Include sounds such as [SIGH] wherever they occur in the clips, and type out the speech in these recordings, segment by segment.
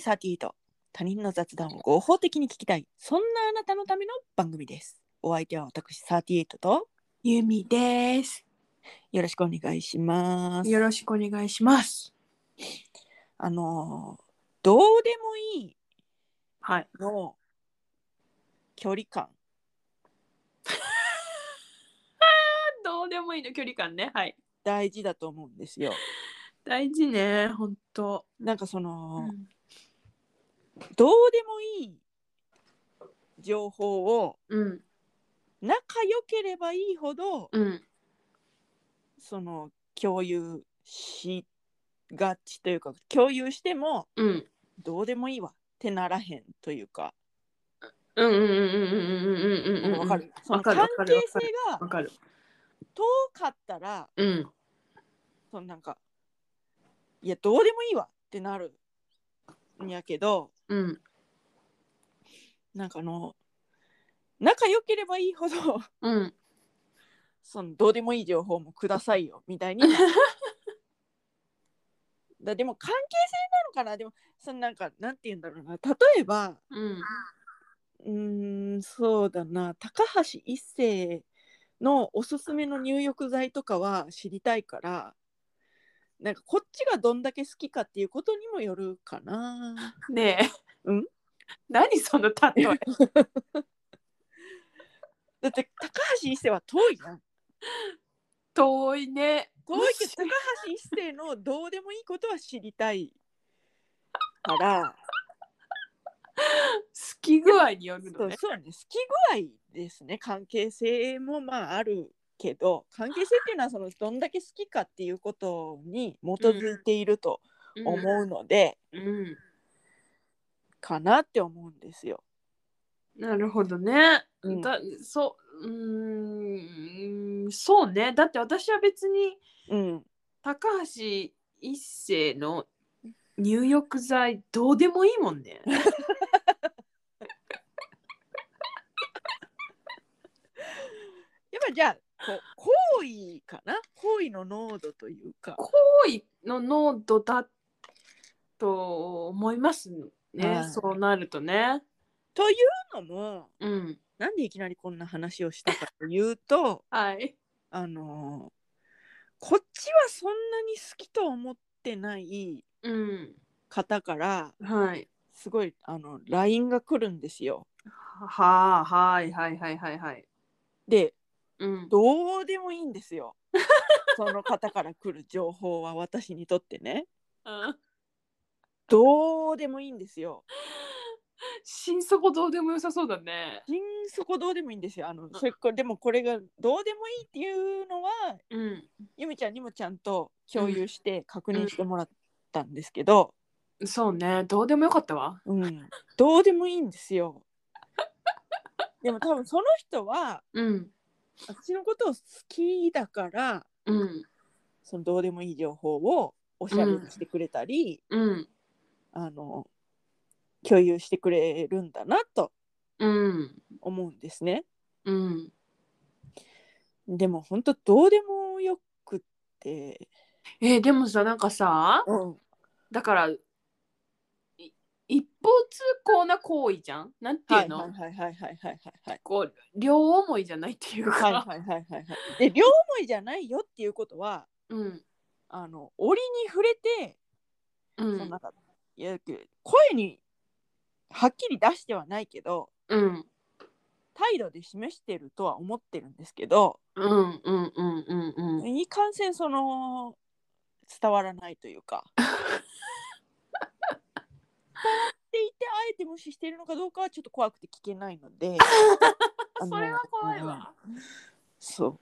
サティと他人の雑談を合法的に聞きたいそんなあなたのための番組ですお相手は私サティエイトとゆみです。よろしくお願いしますよろしくお願いします。あのーどうでもいいはい。の距離感どうでもいいの距離感ね。はい。大事だと思うんですよ大事ね、本当。なんかその、うんどうでもいい情報をうん仲良ければいいほどうんその共有しがちというか共有してもうんどうでもいいわってならへんというか、うんうんうんうんうんうんうんうんうん。わかる。そのわかる関係わかるわか性るがわかる。遠かったらうんそのなんかいやどうでもいいわってなるんやけどうんなんかあの仲良ければいいほど [LAUGHS] うん。そのどうでもいい情報もくださいよみたいに [LAUGHS] だでも関係性なのかなでもそのなんかなんて言うんだろうな例えばうんうーんそうだな高橋一生のおすすめの入浴剤とかは知りたいからなんかこっちがどんだけ好きかっていうことにもよるかなねえ。うん。何その例え。 [LAUGHS] だって高橋一生は遠いやん遠いね。遠いけど高橋一生のどうでもいいことは知りたいから好き具合によるそのうね。そうね好き具合ですね関係性もまああるけど関係性っていうのはそのどんだけ好きかっていうことに基づいていると思うので、うん。かなって思うんですよ。なるほどね。うんだそううーんそうね。だって私は別にうん、高橋一生の入浴剤どうでもいいもんね。やっぱりじゃあこ行為かな行為の濃度というか、行為の濃度だと思いますね。はいそうなるとね。というのもうん。なんでいきなりこんな話をしたかというとはい。あのーこっちはそんなに好きと思ってないうん。方からはい。すごいあの LINE が来るんですよ。はあはいはいはいはいはい。でうん。どうでもいいんです [LAUGHS] よ。その方から来る情報は私にとってねうんどうでもいいんですよ。心底どうでもよさそうだね。心底どうでもいいんですよ。あのそれこれでもこれがどうでもいいっていうのはうん。ゆみちゃんにもちゃんと共有して確認してもらったんですけど、そうね。どうでもよかったわ。うんどうでもいいんですよ。 [LAUGHS] でも多分その人はうん。私のことを好きだからうん。そのどうでもいい情報をおしゃべりしてくれたり、うん。あの共有してくれるんだなとうん。思うんですね。うん。でも本当どうでもよくって、えーでもさなんかさうん、だからい一方通行な行為じゃんなんていうの、はいはいはいはいはいはいはいこう両思いじゃないっていうか、はいはいはいはいはいで両思いじゃないよっていうことはうんあの折に触れて、うそのなんんかいや声にはっきり出してはないけどうん態度で示してるとは思ってるんですけどうんうんうんうんうんいかんせんその伝わらないというか。伝わっていてあえて無視してるのかどうかはちょっと怖くて聞けないの [LAUGHS] であのそれは怖いわ、そう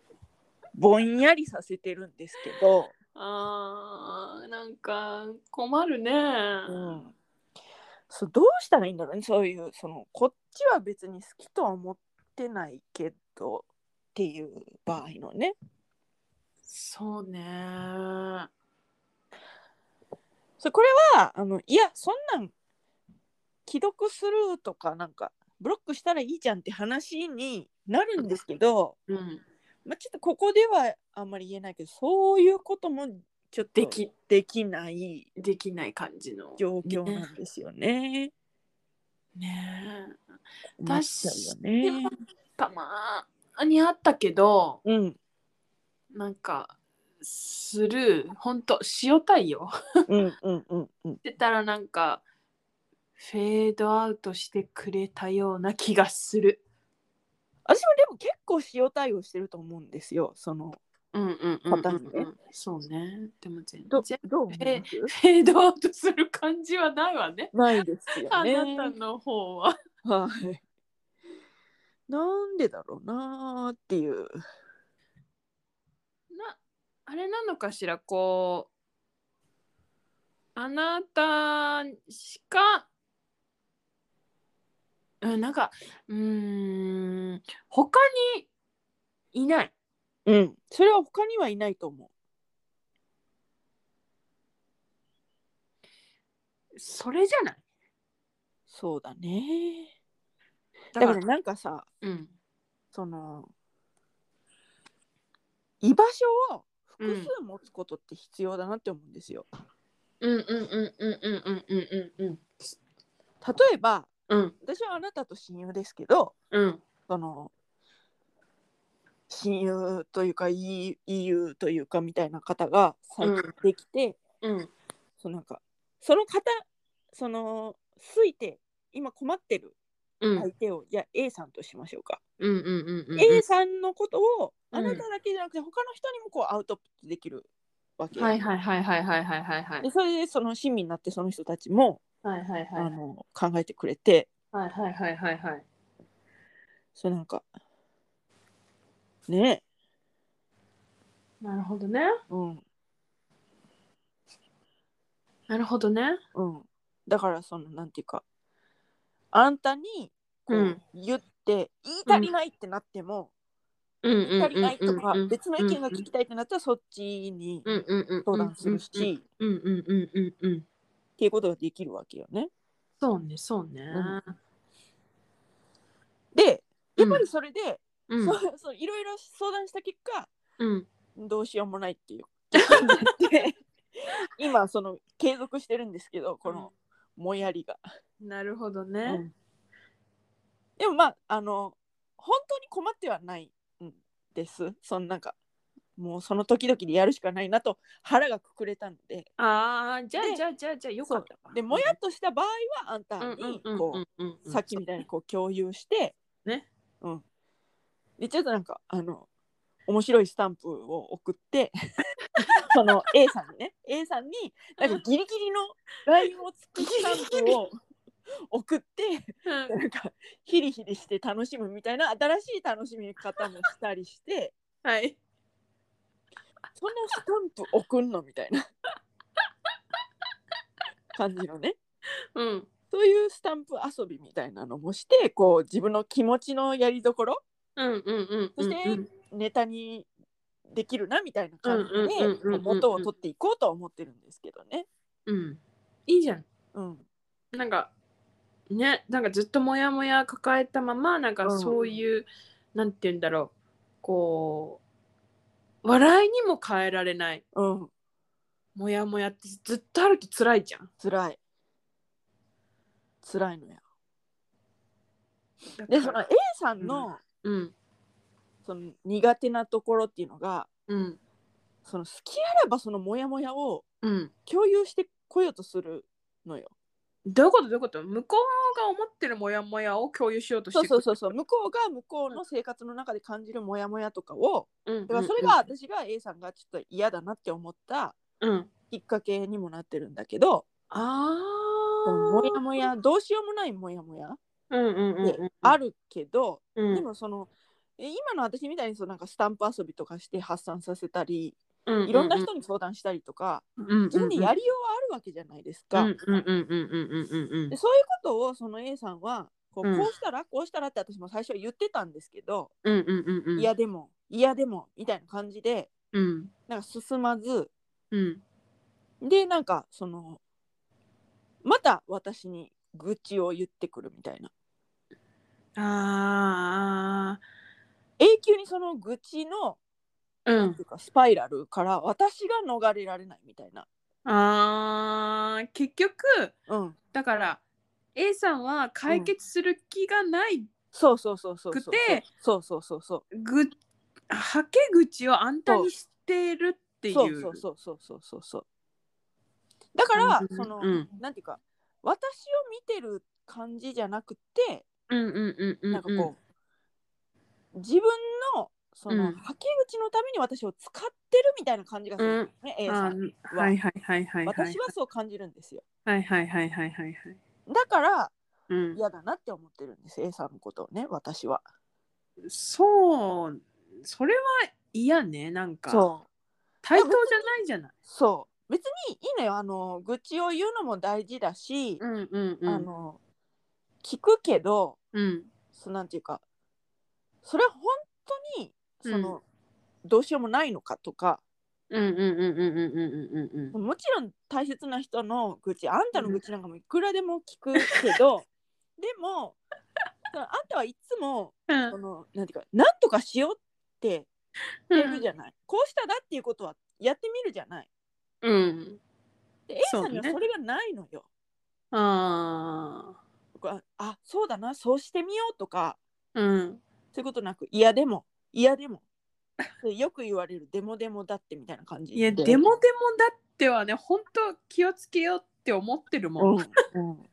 ぼんやりさせてるんですけど。あーなんか困るねうんそうどうしたらいいんだろうねそういうそのこっちは別に好きとは思ってないけどっていう場合のねそうねそうこれはあのいやそんなん既読スルーとかなんかブロックしたらいいじゃんって話になるんですけど、うんまあ、ちょっとここではあんまり言えないけどそういうこともちょっとできできないできない感じの状況なんですよね。ねえ困っちゃうよね。たまにあったけどうんなんかするほんと塩対応しうんうんうんうん。てたらなんかフェードアウトしてくれたような気がする私もでも結構塩対応してると思うんですよ。そのうんうんうんうん、パタうーンねん、そうねでも全ど然どう思いえますフェードアウトする感じはないわねないですよあね。なたの方ははい。なんでだろうなーっていう。なあれなのかしらこうあなたしかうんなんかうーん他にいないうん。それは他にはいないと思。それじゃないうそうだね。だだかかららなんかさ、うんその居場所をう複ん数持つことって必要だなって思うんですよ。うんうんうんうんうんうんうんうん例えばうん私はあなたと親友ですけどうんその親友というか E- EU というかみたいな方が最近できて、うんそのなんかその方そのすいて今困ってるうん相手を、いや A さんとしましょうか、うんうんうんうん A さんのことをうんあなただけじゃなくて他の人にもこうアウトプットできるわけ、はいはいはいはいはいはいはいはいでそれでその親身になってその人たちも、はいはいはいあの考えてくれてはいはいはいはいはいそうなんかねなるほどねえうんなるほどねうんだからそのなんていうかあんたにこううん言って、言い足りないってなっても、うんうん言い足りないとか、うんうん別の意見が聞きたいってなったらそっちにうんうんうん相談するし、っうんうんうんうんうんていうことができるわけよね。そうねそうねんでやっぱりそれでうんそう [LAUGHS] そういろいろ相談した結果うんどうしようもない [LAUGHS] っていう結果になって今その継続してるんですけどこのもやりが。なるほどうねんでもまああの本当に困ってはないんですそのなんかもうその時々でやるしかないなと腹がくくれたのでああじゃあでじゃあじゃあじゃあよかったわでもやっとした場合はあんたうんにうんこうんうんううんさっきみたいにこう共有してねうんでちょっとなんかあの面白いスタンプを送って [LAUGHS] その A さんにね A さんになんかギリギリの LINE をつくスタンプを送ってうんなんかヒリヒリして楽しむみたいな新しい楽しみ方もしたりして [LAUGHS] はいそのスタンプ送んのみたいな [LAUGHS] 感じのねうんそういうスタンプ遊びみたいなのもしてこう自分の気持ちのやりどころうんうんうそんうんしてうんネタにできるなみたいな感じでうんうんうんうんうんうんこう元を取っていこうとは思ってるんですけどね。うんいいじゃんうん、なんかねなんかずっとモヤモヤ抱えたままなんかうんそういう、なんて言うんだろうこう笑いにも変えられないうん、モヤモヤってずっとあると辛いじゃん。辛い辛いのや。だからでその A さんの,、うんその苦手なところっていうのがうんその好きあればそのモヤモヤをうん。共有してこようとするのよ。どういうことどういうこと向こうが思ってるモヤモヤを共有しようとしてそうくそうそうそう向こうが向こうの生活の中で感じるモヤモヤとかをうんうんうん。だからそれが私が A さんがちょっと嫌だなって思ったうん。きっかけにもなってるんだけどあそあ。のモヤモヤどうしようもないモヤモヤうんうんうんでうん。あるけど、うん。でもそのえ今の私みたいにそのなんかスタンプ遊びとかして発散させたりううういろんな人に相談したりとか自分でやりようはあるわけじゃないですか。うんうんうんうんうんうんうんでそういうことをその A さんはこう,、うんこうしたらこうしたらって私も最初は言ってたんですけど、うんうんうんうん。いやでもいやでもみたいな感じでうんなんか進まずうんでなんかそのまた私に愚痴を言ってくるみたいなああ永久にその愚痴のうなんんていうかスパイラルから私が逃れられないみたいな。あー結局うん、だから A さんは解決する気がないそうそうそうそうそうくてそうそうそうそうぐ、はけ口をあんたにしてるっていう。そうそうそうそうそうそうそうだから、うんその、うんなんていうか私を見てる感じじゃなくてうんうんうんうんうん。なんかこう、自分のその、うんはけ口のために私を使ってるみたいな感じがするんですね、A さあんーはいはいはいはいはい。私はそう感じるんですよはいはいはいはいはいはい。だからうん。嫌だなって思ってるんです A さんのことをね私はそう、それは嫌ね、なんか。そう対等じゃないじ [LAUGHS] ゃない。そう別にいいのよあの愚痴を言うのも大事だし、うんうんうあん。の聞くけどうんそなんていうかそれは本当にその、どうしようもないのかとかうんうんうんうんうんうんうんうんもちろん大切な人の愚痴あんたの愚痴なんかもいくらでも聞くけ [LAUGHS] ど、でもそのあんたはいつもうんそのなんていうかなんとかしようって言るじゃない、こうしたらっていうことはやってみるじゃないうん。で A そうさねんにはそれがないのよ。あ僕はあそうだなそうしてみようとかあ。うん。そういうことなく嫌でも嫌で [LAUGHS] もそうよく言われるでもでもだってみたいな感じいや、でもでもだってはね、本当気をつけようって思ってるもん。うんうん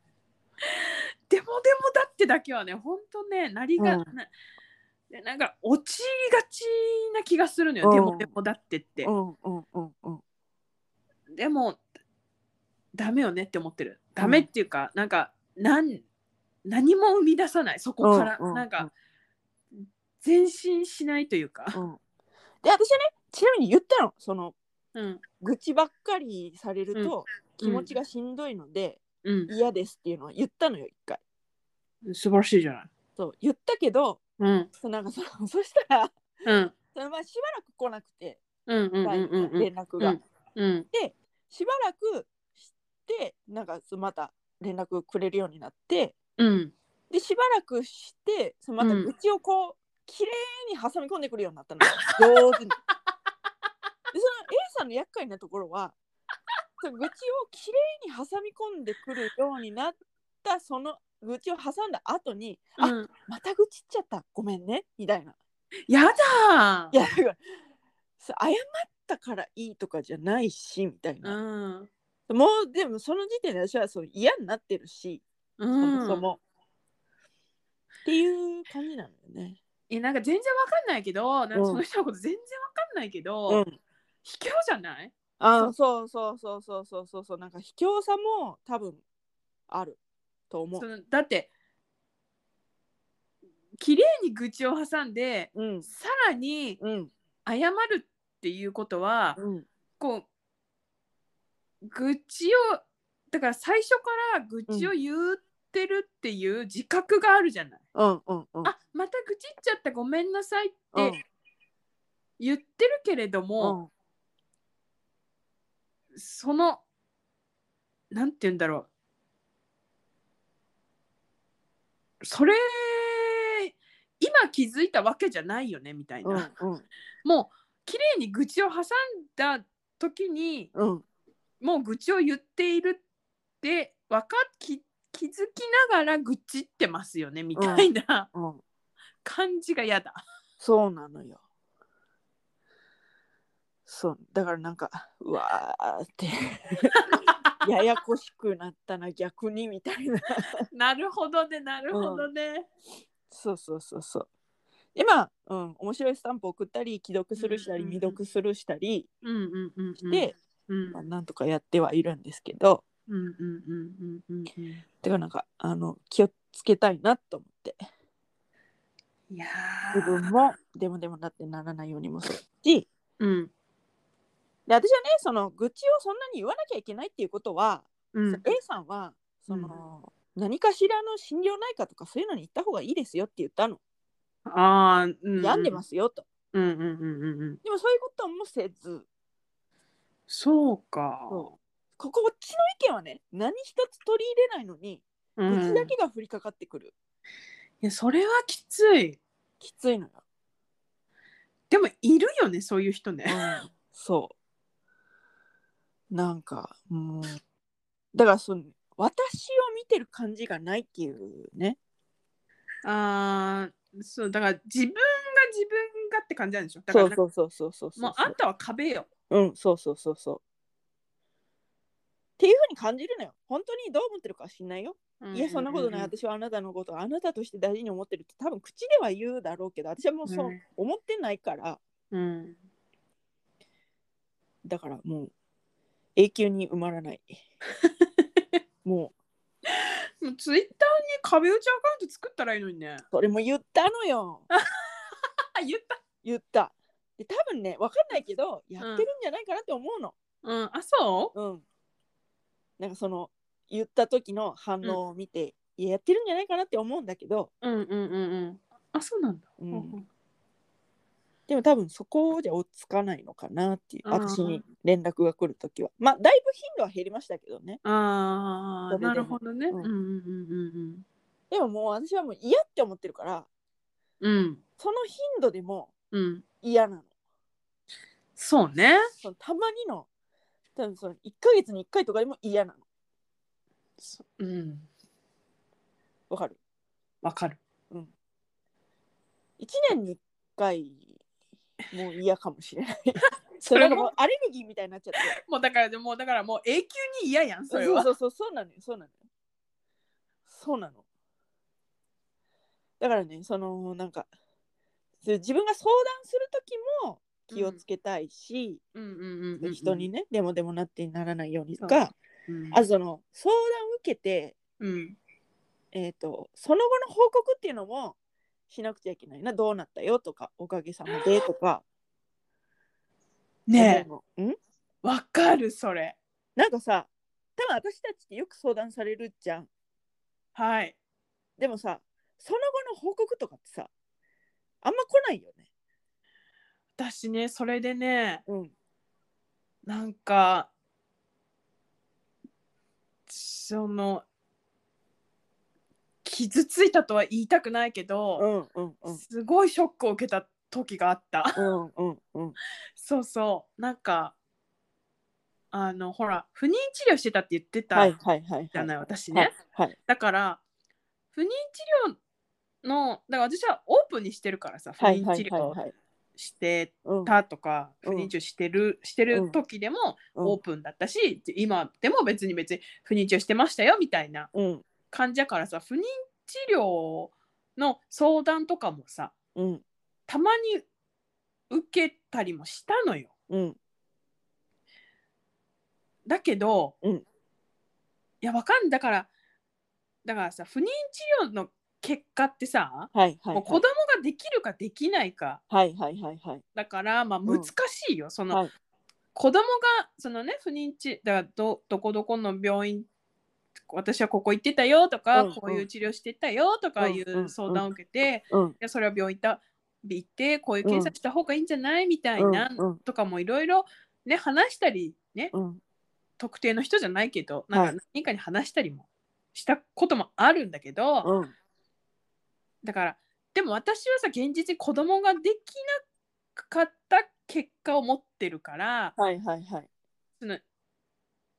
でもでもだってだけはね、本当ね、なりが、うんなでなんか落ちがちな気がするのよ、うんでもでもだってって。うんうんうんうんでもダメよねって思ってるダメっていうか、なんかなん何も生み出さないそこから、うんうんなんか前進しないというか、うんで私はねちなみに言ったのそのうん愚痴ばっかりされるとうん気持ちがしんどいのでうん、嫌ですっていうのは言ったのよ一回素晴らしいじゃない。そう言ったけどうんそうなんかその [LAUGHS] そしたらうんそのまあしばらく来なくてうんうんうんうんうん連絡がうんしばらくしてなんかそうまた連絡くれるようになってうんでしばらくしてそうまたうん愚痴をこう、綺麗に挟み込んでくるようになったのよ [LAUGHS] 上手に。でその A さんの厄介なところはそう愚痴を綺麗に挟み込んでくるようになったその愚痴を挟んだ後に「あうんまた愚痴っちゃったごめんね」みたいな。やだーいやだからそう謝ったからいいとかじゃないしみたいな。うんもうでもその時点で私はそう嫌になってるし、うそんもそも。っていう感じなんだよね。えなんか全然わかんないけどなんうかんその人のこと全然わかんないけど、うん。卑怯じゃないあそうそうそうそうそうそうそうなんか卑怯さも多分あると思。そうのだって綺麗に愚痴を挟んでうんさらにうん謝るっていうことはうんこう愚痴をだから最初から愚痴を言ってるっていう自覚があるじゃない。うんうんうん。あまた愚痴っちゃったごめんなさいっうんて言ってるけれども、そのなんて言うんだろうそれ今気づいたわけじゃないよねみたいな。うんうんもう綺麗に愚痴を挟んだ時にうんもう愚痴を言っているってわかき気づきながら愚痴ってますよねみたいなうん。感じが嫌だ。 [LAUGHS] そうなのよ。そうだからなんかうわーって [LAUGHS] ややこしくなったな逆にみたいな。なるほどねなるほどね。そうそうそうそう。今、うん、面白いスタンプ送ったり、既読するしたり、うんうんうん未読するしたりうんうんうんうん。して、うんまあ、なんとかやってはいるんですけど、うんうんうんうんうんうん。てかなんかあの気をつけたいなと思って、いや自分ーもでもでもなってならないようにもするし、うんで私はね、その愚痴をそんなに言わなきゃいけないっていうことは、うんその A さんはその、何かしらの心療内科とかそういうのに行った方がいいですよって言ったの、ああ、うん、。病んでますすよと。うんうんうんうんうん。でもそういうこともせず、そうか。そうこここっちの意見はね何一つ取り入れないのにう愚ん、痴いだけが降りかかってくる、やそれはきつい。きついのよでもいるよねそういう人ね。うんそうなんかうんだからその私を見てる感じがないっていうねあーそうだから自分が自分がって感じなんでしょだからなんかそうそうそうそうそうそうもうあんたは壁よ。うん、そうそうそうそう。っていうふうに感じるのよ。本当にどう思ってるかは知んないよ。いや、そんなことない。私はあなたのことをあなたとして大事に思ってるって多分口では言うだろうけど、私はもうそううん思ってないから、うんだからもう永久に埋まら [LAUGHS] ない。ももうツイッターに壁打ちアカウント作ったらいいのにね。う、それも言ったのよ。あ言った。言った。で、多分ね、わかんないけど、やってるんじゃないかなって思うの。うん、あそうん。なんかその、言った時の反応を見て、いや、やってるんじゃないかなって思うんだけど、ううんうんうんうん。あそうなんだ。うん、でも多分そこじゃ落ち着かないのかなっていうあー私に連絡が来るときはまあだいぶ頻度は減りましたけどねあそあれでもなるほどね。ううんんうんうんでももう私はもう嫌って思ってるからうんうん。その頻度でもうんうん。嫌なのそうね。そのたまにの多分その1ヶ月に1回とかでも嫌なのそうん。わかるわかる。 1年に1回もう嫌かもしれ [LAUGHS] ないそそれれももうアレルギーみたいになっちゃってもうだからもうだからもう永久に嫌やんそそうれそうは。そうそうそうなのよそうなのよそうなのだからねそのなんかそう自分が相談する時も気をつけたいし、うんうんうんうん。人に。ねでもでもなってならないようにとそか、うんあとその相談受けて、うんえー、とその後の報告っていうのもしなくちゃいけないなどうなったよとかおかげさまでとかねええんわかるそれ。なんかさ多分私たちってよく相談されるじゃんはい。でもさその後の報告とかってさあんま来ないよね。私ねそれでねうん、なんかその傷ついたとは言いたくないけうど、んうんうんすごいショックを受けた時があった。 [LAUGHS] うんうんうんそうそうなんかあのほら不妊治療してたって言ってはたいじはいはいはゃいない、私ね、はいはいだから不妊治療のだから私はオープンにしてるからさ不はい妊は治いはい療はいしてうんたとか、うん不妊治療してるしてる時でも、うんオープンだったし、今でも別に別に不妊治療してましたよみたいなうん感じやからさ不妊治療の相談とかもさうんたまに受けたりもしたのよ。うんだけど、うんいやわかんだからだからさ不妊治療の結果ってさ、はいはいもう子供ができるかできないかはいはいはいはいだから、まあ、ん難しいよ、その、はい子供がそのね不妊治だからどどこどこの病院私はここ行ってたよとか、うんうんこういう治療してたよとかいんうんううん相談を受けて、いうんやそれは病院行った行ってこういう検査した方がいいんじゃない、みたいなうんとかもいろいろね話したりねうん特定の人じゃないけどなはんいか何かに話したりもしたこともあるんだけど、うんだからでも私はさ現実に子供ができなかった結果を持ってるから、はいはいはいその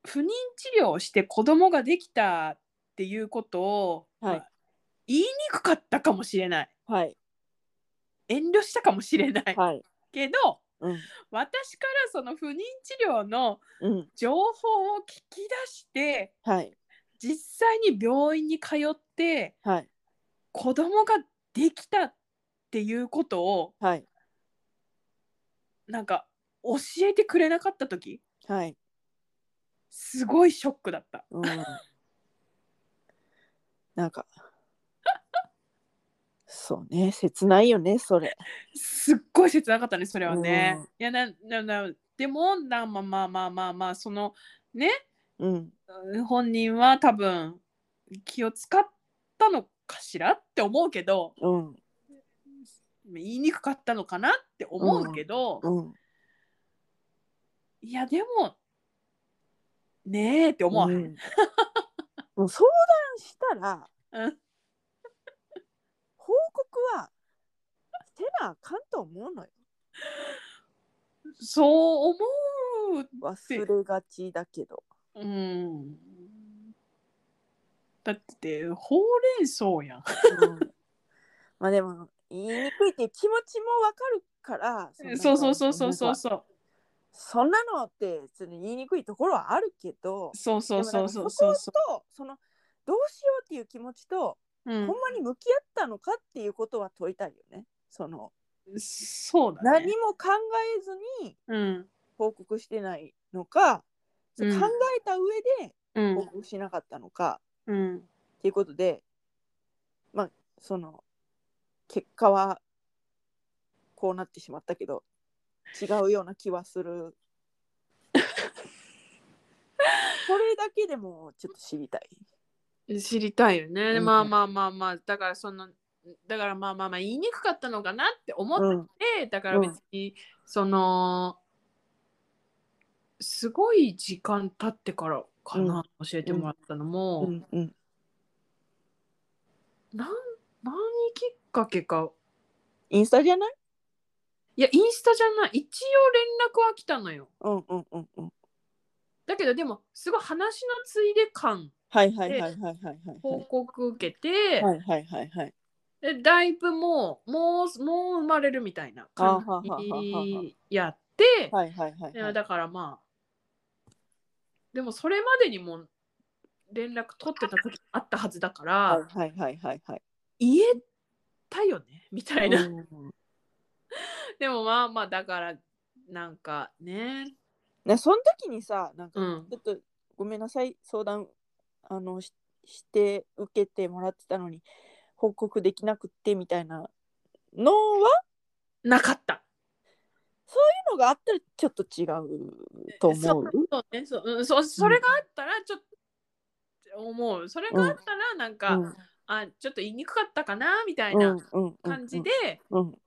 不妊治療をして子供ができたっていうことを、はいまあ言いにくかったかもしれないはい遠慮したかもしれない、はいけどうん私からその不妊治療のうん情報を聞き出してはい実際に病院に通ってはい子供ができたっていうことをはいなんか教えてくれなかった時はいすごいショックだった。うん [LAUGHS] なんかそうね切ないよねそれすっごい切なかったねそれはね。うんいやなななでもなまあまあまあまあまあそのねうんうん本人は多分気を使ったのかしらって思うけどうん言いにくかったのかなって思うけど、うんいやでもねえって思わへん。ん、もう相談したらうん報告はせなあかんと思うのよ。そう思う忘れがちだけ [LAUGHS] どうんだってほうれん草やん。うんまあでも言いにくいっていう気持ちもわかるからのそうそうそうそなうそうんかそうそんなのってその言いにくいところはあるけどそうそうそうそでもうそなうかんそそことそのどうしようっていう気持ちと、う、うんほん、まに向き合ったのかっていうことは問いたいよねそのそうだ何ね。も考えずにうん報告してないのか、そううん考えた上でう報ん告しなかったのか、うんっていうことでまあその結果はこうなってしまったけど違うような気はす [LAUGHS] るこれだけでもちょっと知りたい知りたいよね、うんまあまあまあまあだからそのだからまあまあまあ言いにくかったのかなって思って、うんだから別に、そのすごい時間経ってからかな、教えてもらったのも、うんうんなん何きっかけかインスタじゃないいやインスタじゃない一応連絡は来たのようんうんうんうんだけどでもすごい話のついで感はいはいはいはいはいはい報告受けて、はいはいはいはいでだいぶもうもうもう生まれるみたいな感じやって、はいはいはいいはやいだからまあでもそれまでにも連絡取ってた時あったはずだから、はいはいはいはい言えたよねみたいな、うん [LAUGHS] でもまあまあだからなんかねねその時にさなんかうんちょっとごめんなさい相談あのしして受けてもらってたのに報告できなくってみたいなのはなかったのがあったらちょっと違うと思う。そうそうねそう、うん、そそれがあったらちょっと思うそれがあったらなんか、うんあちょっと言いにくかったかなみたいうんなうん感じで、うん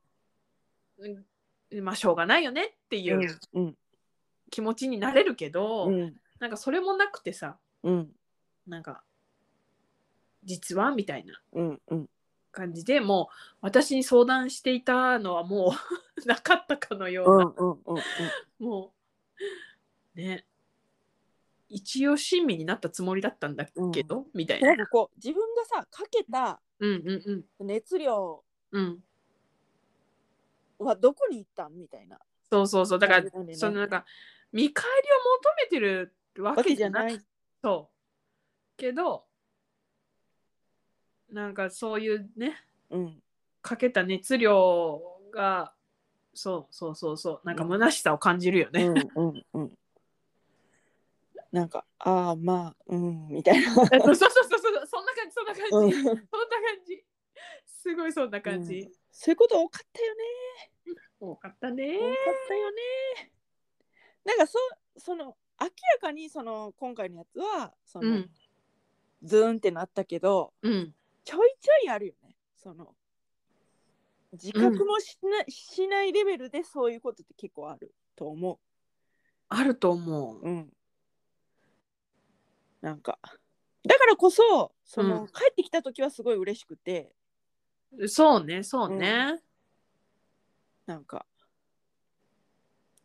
うんまあしょうがないよねっていうんううん気持ちになれるけど、うんなんかそれもなくてさうんなんか実はみたいなうんうん感じでもう私に相談していたのはもう [LAUGHS] なかったかのよううな、んうんうんもうね一応親身になったつもりだったんだけど、みたいな。なんかこう自分がさかけたうんうん熱量うんうんはどこに行ったんみたいなそうそうそうだから、なるほどねそのなんか見返りを求めてるわわけけじじゃゃななくい。そうけどなんかそういうねうんかけた熱量がそうそうそうそうなんか虚しさを感じるようね、んうんうん。なんかああまあうんみたい [LAUGHS] な。そうそうそうそうそんな感じそんな感じ、うそんなん感じすごいそんな感じ、そういうこと多かったよね。多かったね多かったよね。なんかそその明らかにその今回のやつはその、うんズーンってなったけどうんちょいちょいあるよねその自覚もしない,、しないレベルでそういうことって結構あると思あると思うう。うん。なんかだからこそその、うん帰ってきた時はすごい嬉しくてそうねそうねなんか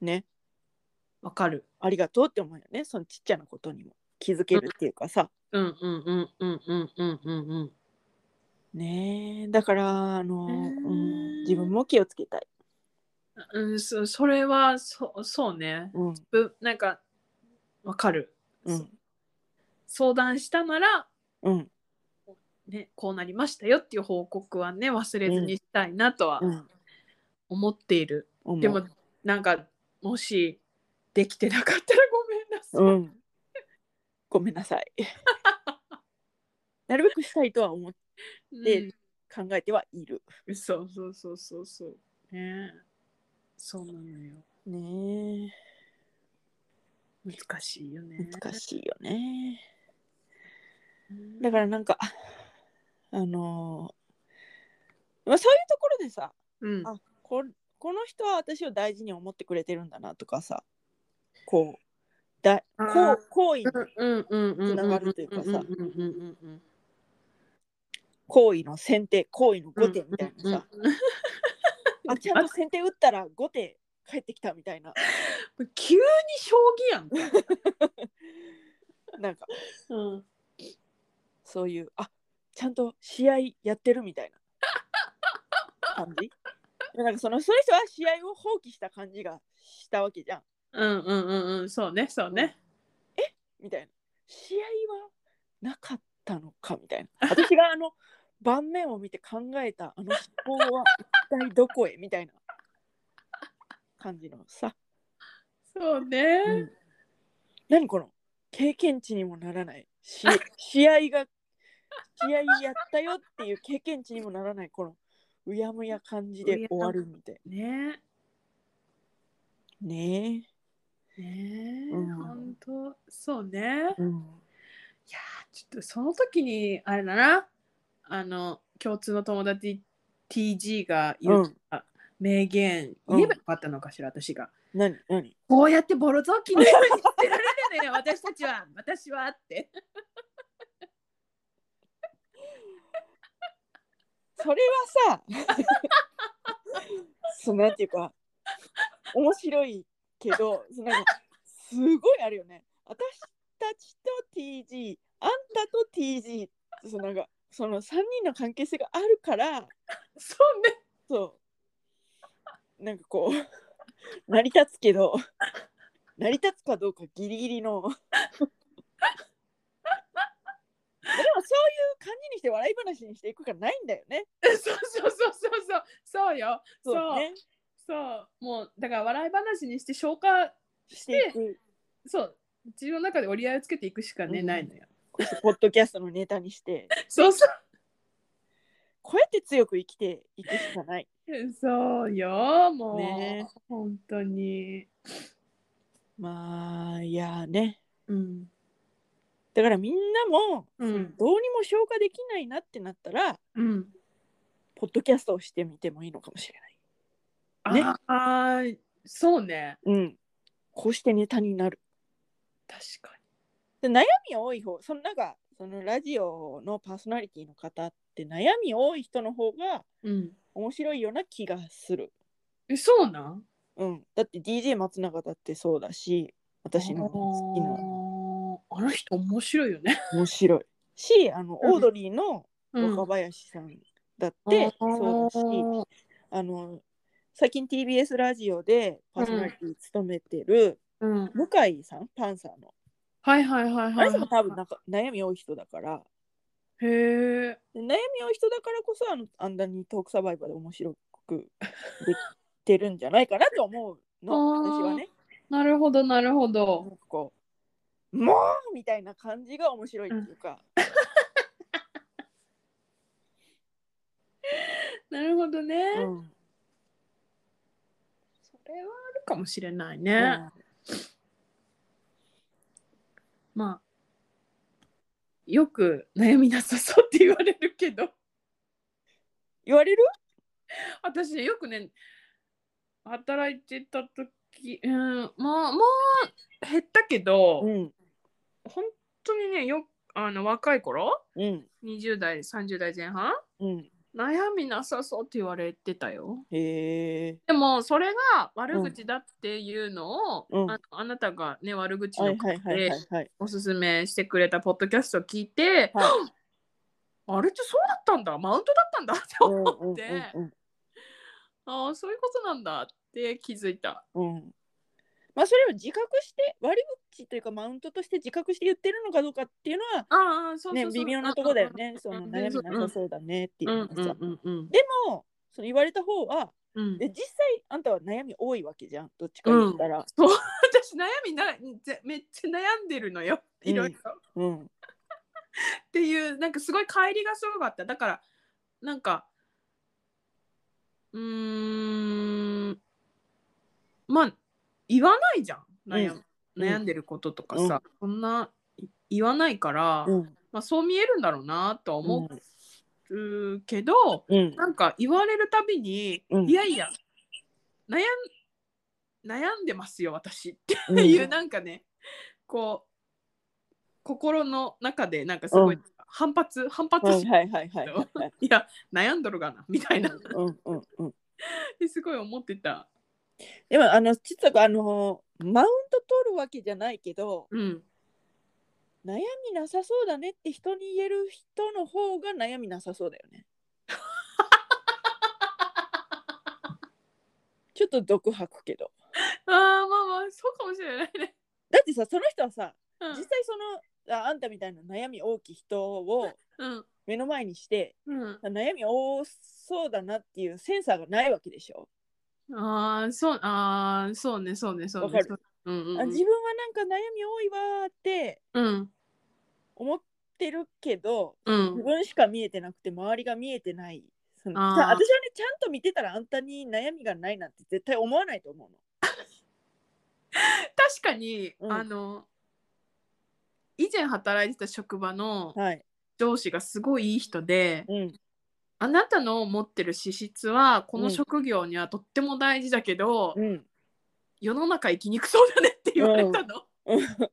ねわ、かるありがとうって思うよねそのちっちゃなことにも気づけるっていうかさ。うんうんうんうんうんうんうんうんねえだからあの、ううーんん、自分も気をつけたい、うん、そそれはそそうねうんぶなんかわかる、うん相談したなら、うんね、こうなりましたよっていう報告はね忘れずにしたいなとはうん思っている、思うでもなんかもしできてなかったらごめんなさい、うん、ごめんなさ [LAUGHS] いなるべくしたいとは思っうんで考えてはいるそうそうそうそうそうねそうなのよね難しいよえね難しいよねうんだからなんかあのまあ、そういうところでさうんあここの人は私を大事に思ってくれてるんだなとかさこうだあーこう行為のうんうんうんうんうんうんうんうんうんつながるというかさうん行為の選定行為の後手みたいなさ、うんうんあちゃんと先手打ったら5手帰ってきたみたいな急に将棋やんか、なんかうん、そういうあちゃんと試合やってるみたいな感じなんかそのその人は試合を放棄した感じがしたわけじゃんうんうんうんうんそうねそうね、みたいな試合はなかったのかみたいな私があの [LAUGHS] 盤面を見て考えたあの思考は一体どこへみたいな感じのさ、そうね、うん何この経験値にもならないし試合が試合やったよっていう経験値にもならないこのうやむや感じで終わるみたいねなねねうん本当そうねえ、うん、いやーちょっとその時にあれだなあの共通の友達 TG が言った名言、うん言えばよかったのかしら私が何何こうやってボロ雑巾のように捨てられるの [LAUGHS] よ私たちは私はってそれはさそのなんていうか面白いけどそのなんかすごいあるよね私たちと TG あんたと TG そのなんかその3人の関係性があるから [LAUGHS] そうねそうなんかこう成り立つけど成り立つかどうかギリギリのでもそういう感じにして笑い話にしていくからないんだよね。そうそうそうそうそうそうよそうねそうもうだから笑い話にして消化していくそう自分の中で折り合いをつけていくしかね、うんないのよこうしてポッドキャストのネタに [LAUGHS] してそうそうこうやって強く生きていくしかない。そうよもう、ね本当にまあいやねうんだからみんなもうんどうにも消化できないなってなったらうんポッドキャストをしてみてもいいのかもしれない。ねああーそうねうん、こうしてネタになる。確かで悩み多い方そのなんかそのラジオのパーソナリティの方って悩み多い人の方がにうん面白いような気がする。えそうなんうん、だって DJ 松永だってそうだし私の好きなあーあの人面白いよね面白いしあの、うんオードリーの若林さんだってそうだし、あの最近 TBS ラジオでパーソナリティ務めてるうんうん、向井さん、パンサーのはいはいはいあはいれさんも多分なんか悩み多い人だからへえで悩み多い人だからこそあのあんなにトークサバイバーで面白くできてるんじゃないかなと思うのあー私はねなるほどなるほなどんかこう「もう!」みたいな感じが面白いっていうか、なるほどね、うんそれはあるかもしれないね、まあよく悩みなさそうって言われるけど [LAUGHS] 言われる私ねよくね働いてた時うんまあまあ減ったけど、うん本当にねよあの若い頃うん20代30代前半うん悩みなさそうって言われてたよへえでもそれが悪口だっていうのを、うんあのあなたがね悪口はのいはいはいはいはいおすすめしてくれたポッドキャストを聞いて、はいあれってそうだったんだマウントだったんだってうんうん思って、うんああそういうことなんだって気づいたうんうんまあそれを自覚して悪口というかマウントとして自覚して言ってるのかどうかっていうのはああそうそうそう、ね微妙なとこだよねそのうん悩みなさそうだねっていううんのうがんさうんうんでもその言われた方はうんで実際あんたは悩み多いわけじゃんどっちか言ったら、そう私悩みなぜめっちゃ悩んでるのようんいろいろ、うんっていうなんかすごい帰りがすごかっただからなんかうーんまあ言わないじゃん悩,、うん悩んでることとかさ、そんない言わないから、うんまあ、そう見えるんだろうなとは思うけど、うんなんか言われるたびに、うんいやいや悩ん悩んでますよ私ってうんいう、なんかねこう心の中でなんかすごい、うん反発反発はしい [LAUGHS] はいはいはいはいいや悩んどるがなみたいなうんうんうんすごい思ってた。でもあの実はあのマウント取るわけじゃないけどうん。悩みなさそうだねって人に言える人の方が悩みなさそうだよね。 [LAUGHS] ちょっと毒吐くけど。ああ、まあまあ、そうかもしれないね。だってさその人はさうん実際そのああんたみたいな悩み大きい人をうん。目の前にしてうん悩み多そうだなっていうセンサーがないわけでしょ。ああ、そう、ああ、そうね、そうね、そうわかね。るうんうんあうん自分はなんか悩み多いわーってうん。思ってるけどうん自。分しか見えてなくて周りが見えてないそのあーさ私はねちゃんと見てたらあんたに悩みがないなんて絶対思わないと思うの。確かに、うんあの以前働いてた職場のはい、上司がすごいいい人で、うんあなたの持ってる資質はこうのん職業にはとっても大事だけど、うん、世の中生きにくそうだねって言われだたの、からちゃんと見る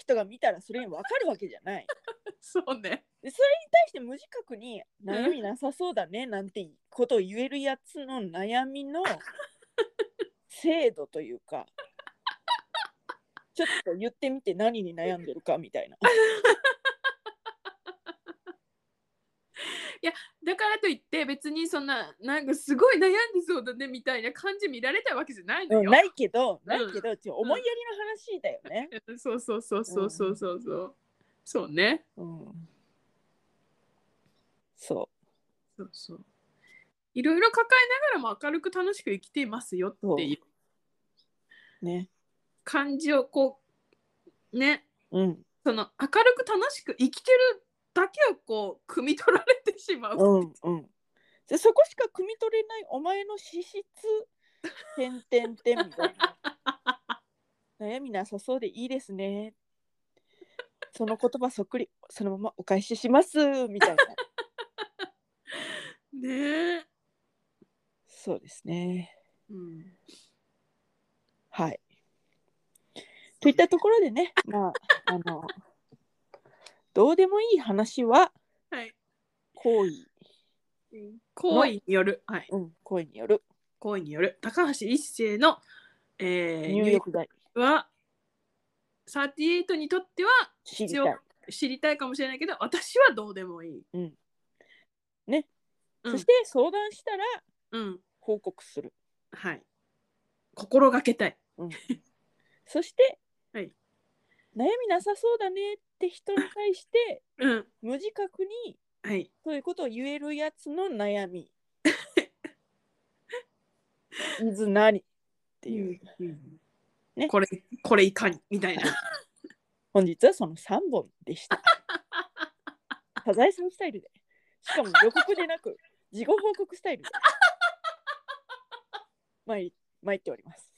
人が見たらそれに分かるわけじゃない。 [LAUGHS] そうねでそれに対して無自覚に悩みなさそうだねなんてことを言えるやつの悩み [LAUGHS] の精度というかちょっと言ってみて何に悩んでるかみたい [LAUGHS] な。だからといって別にそんななんかすごい悩んでそうだねみたいな感じ見られたわけじゃないのうんよ、ないけどないけど、ちょ思いやりの話だよね。そうそうそうそうそうそうそう、そうねうん、そそうそういろいろ抱えながらも明るく楽しく生きていますよっていううね。感じをこうねうんその明るく楽しく生きてるだけをこう汲み取られてしまう、うんうん。でそこしか汲み取れないお前の資質てんてんてんみたいな。悩みなさそうでいいですね。その言葉そっくりそのままお返ししますみたいな。 [LAUGHS] ねえ、そうですね。うん、はい。といったところでね、まああのどうでもいい話ははい行為、行為による、はい、うん、行為による行為による高橋一生の、えー、入浴剤は38にとっては知り必たい要。知りたいかもしれないけど私はどうでもいい、うんそして相談したらうん、報告する。はい心がけたいそして、はい悩みなさそうだねって人に対してうん無自覚にはいそういうことを言えるやつの悩み。いず何っていう、ねこれこれいかにみたいな [LAUGHS] 本日はその3本で [LAUGHS] した。サザエさんスタイルで。しかも予告でなく、事後報告ス [LAUGHS] タイルで。参り参っております。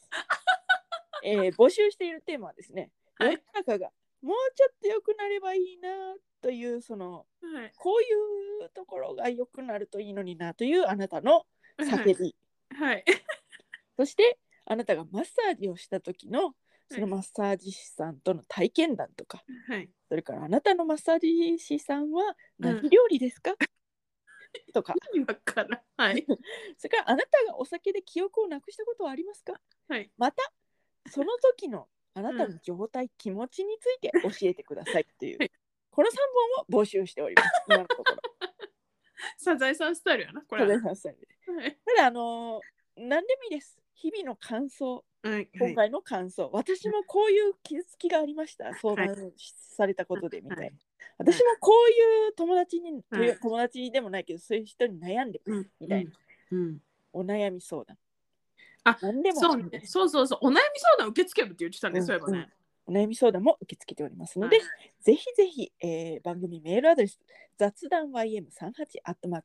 えー募集しているテーマはですね、[LAUGHS] は世いの中がもうちょっと良くなればいいなという、その、はいこういうところが良くなるといいのになというあなたの叫び。はい [LAUGHS] そして、あなたがマッサージをした時の、そのマッサージ師さんとの体験談とか、はいそれからあなたのマッサージ師さんはうん何料理ですか、とか、今からはいそれからあなたがお酒で記憶をなくしたことはありますかはいまた、その時のあなたの状態、気持ちについて教えてくださいというはい、この3本を募集しております。今のところ。サザエさんスタイルやな [LAUGHS] これたはだはいまさんでただ、あのー何でもいいです。日々の感想、はい今回の感想、私もこういう傷つきがありました。相談されたことでみたいな。はい私もこういう友達に、はいという友達でもないけどそういう人に悩んでうますんみたいな、うんうんお悩み相談あ何でもそういいねで、すそうそうそう、お悩み相談受け付けるって言ってたね、うんそういえばね。お悩み相談も受け付けておりますので、はいぜひぜひ、えー番組メールアドレス雑談 ym38-gmail.com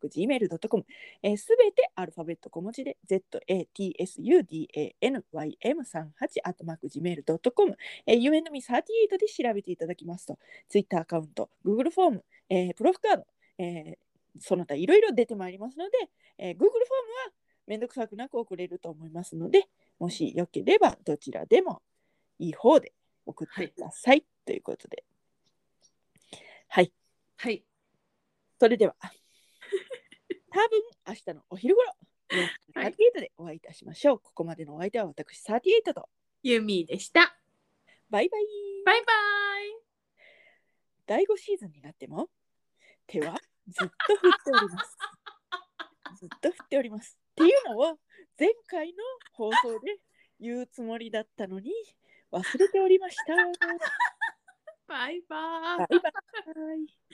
すべ、えー全てアルファベット小文字で zatsudanym38-gmail.com、えー、UNME38 で調べていただきますと Twitter アカウント Google フォーム、えープロフカード、えーその他いろいろ出てまいりますので、えー Google フォームはめんどくさくなく送れると思いますのでもしよければどちらでもいい方で送ってください、ということではいはい、それでは多分明日のお昼頃38はいでお会いいたしましょう。ここまでのお相手は私38と。ユミでした。バイバイ。バイバイ。第5シーズンになっても手はずっと振っており [LAUGHS] ます。ずっと振っております。っていうのは前回の放送で言うつもりだったのに忘れておりました。バイババイイ。バイ。